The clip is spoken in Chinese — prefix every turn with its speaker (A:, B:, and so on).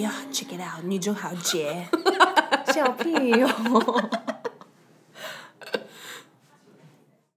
A: 呀，check it out，女中豪杰，笑屁哟、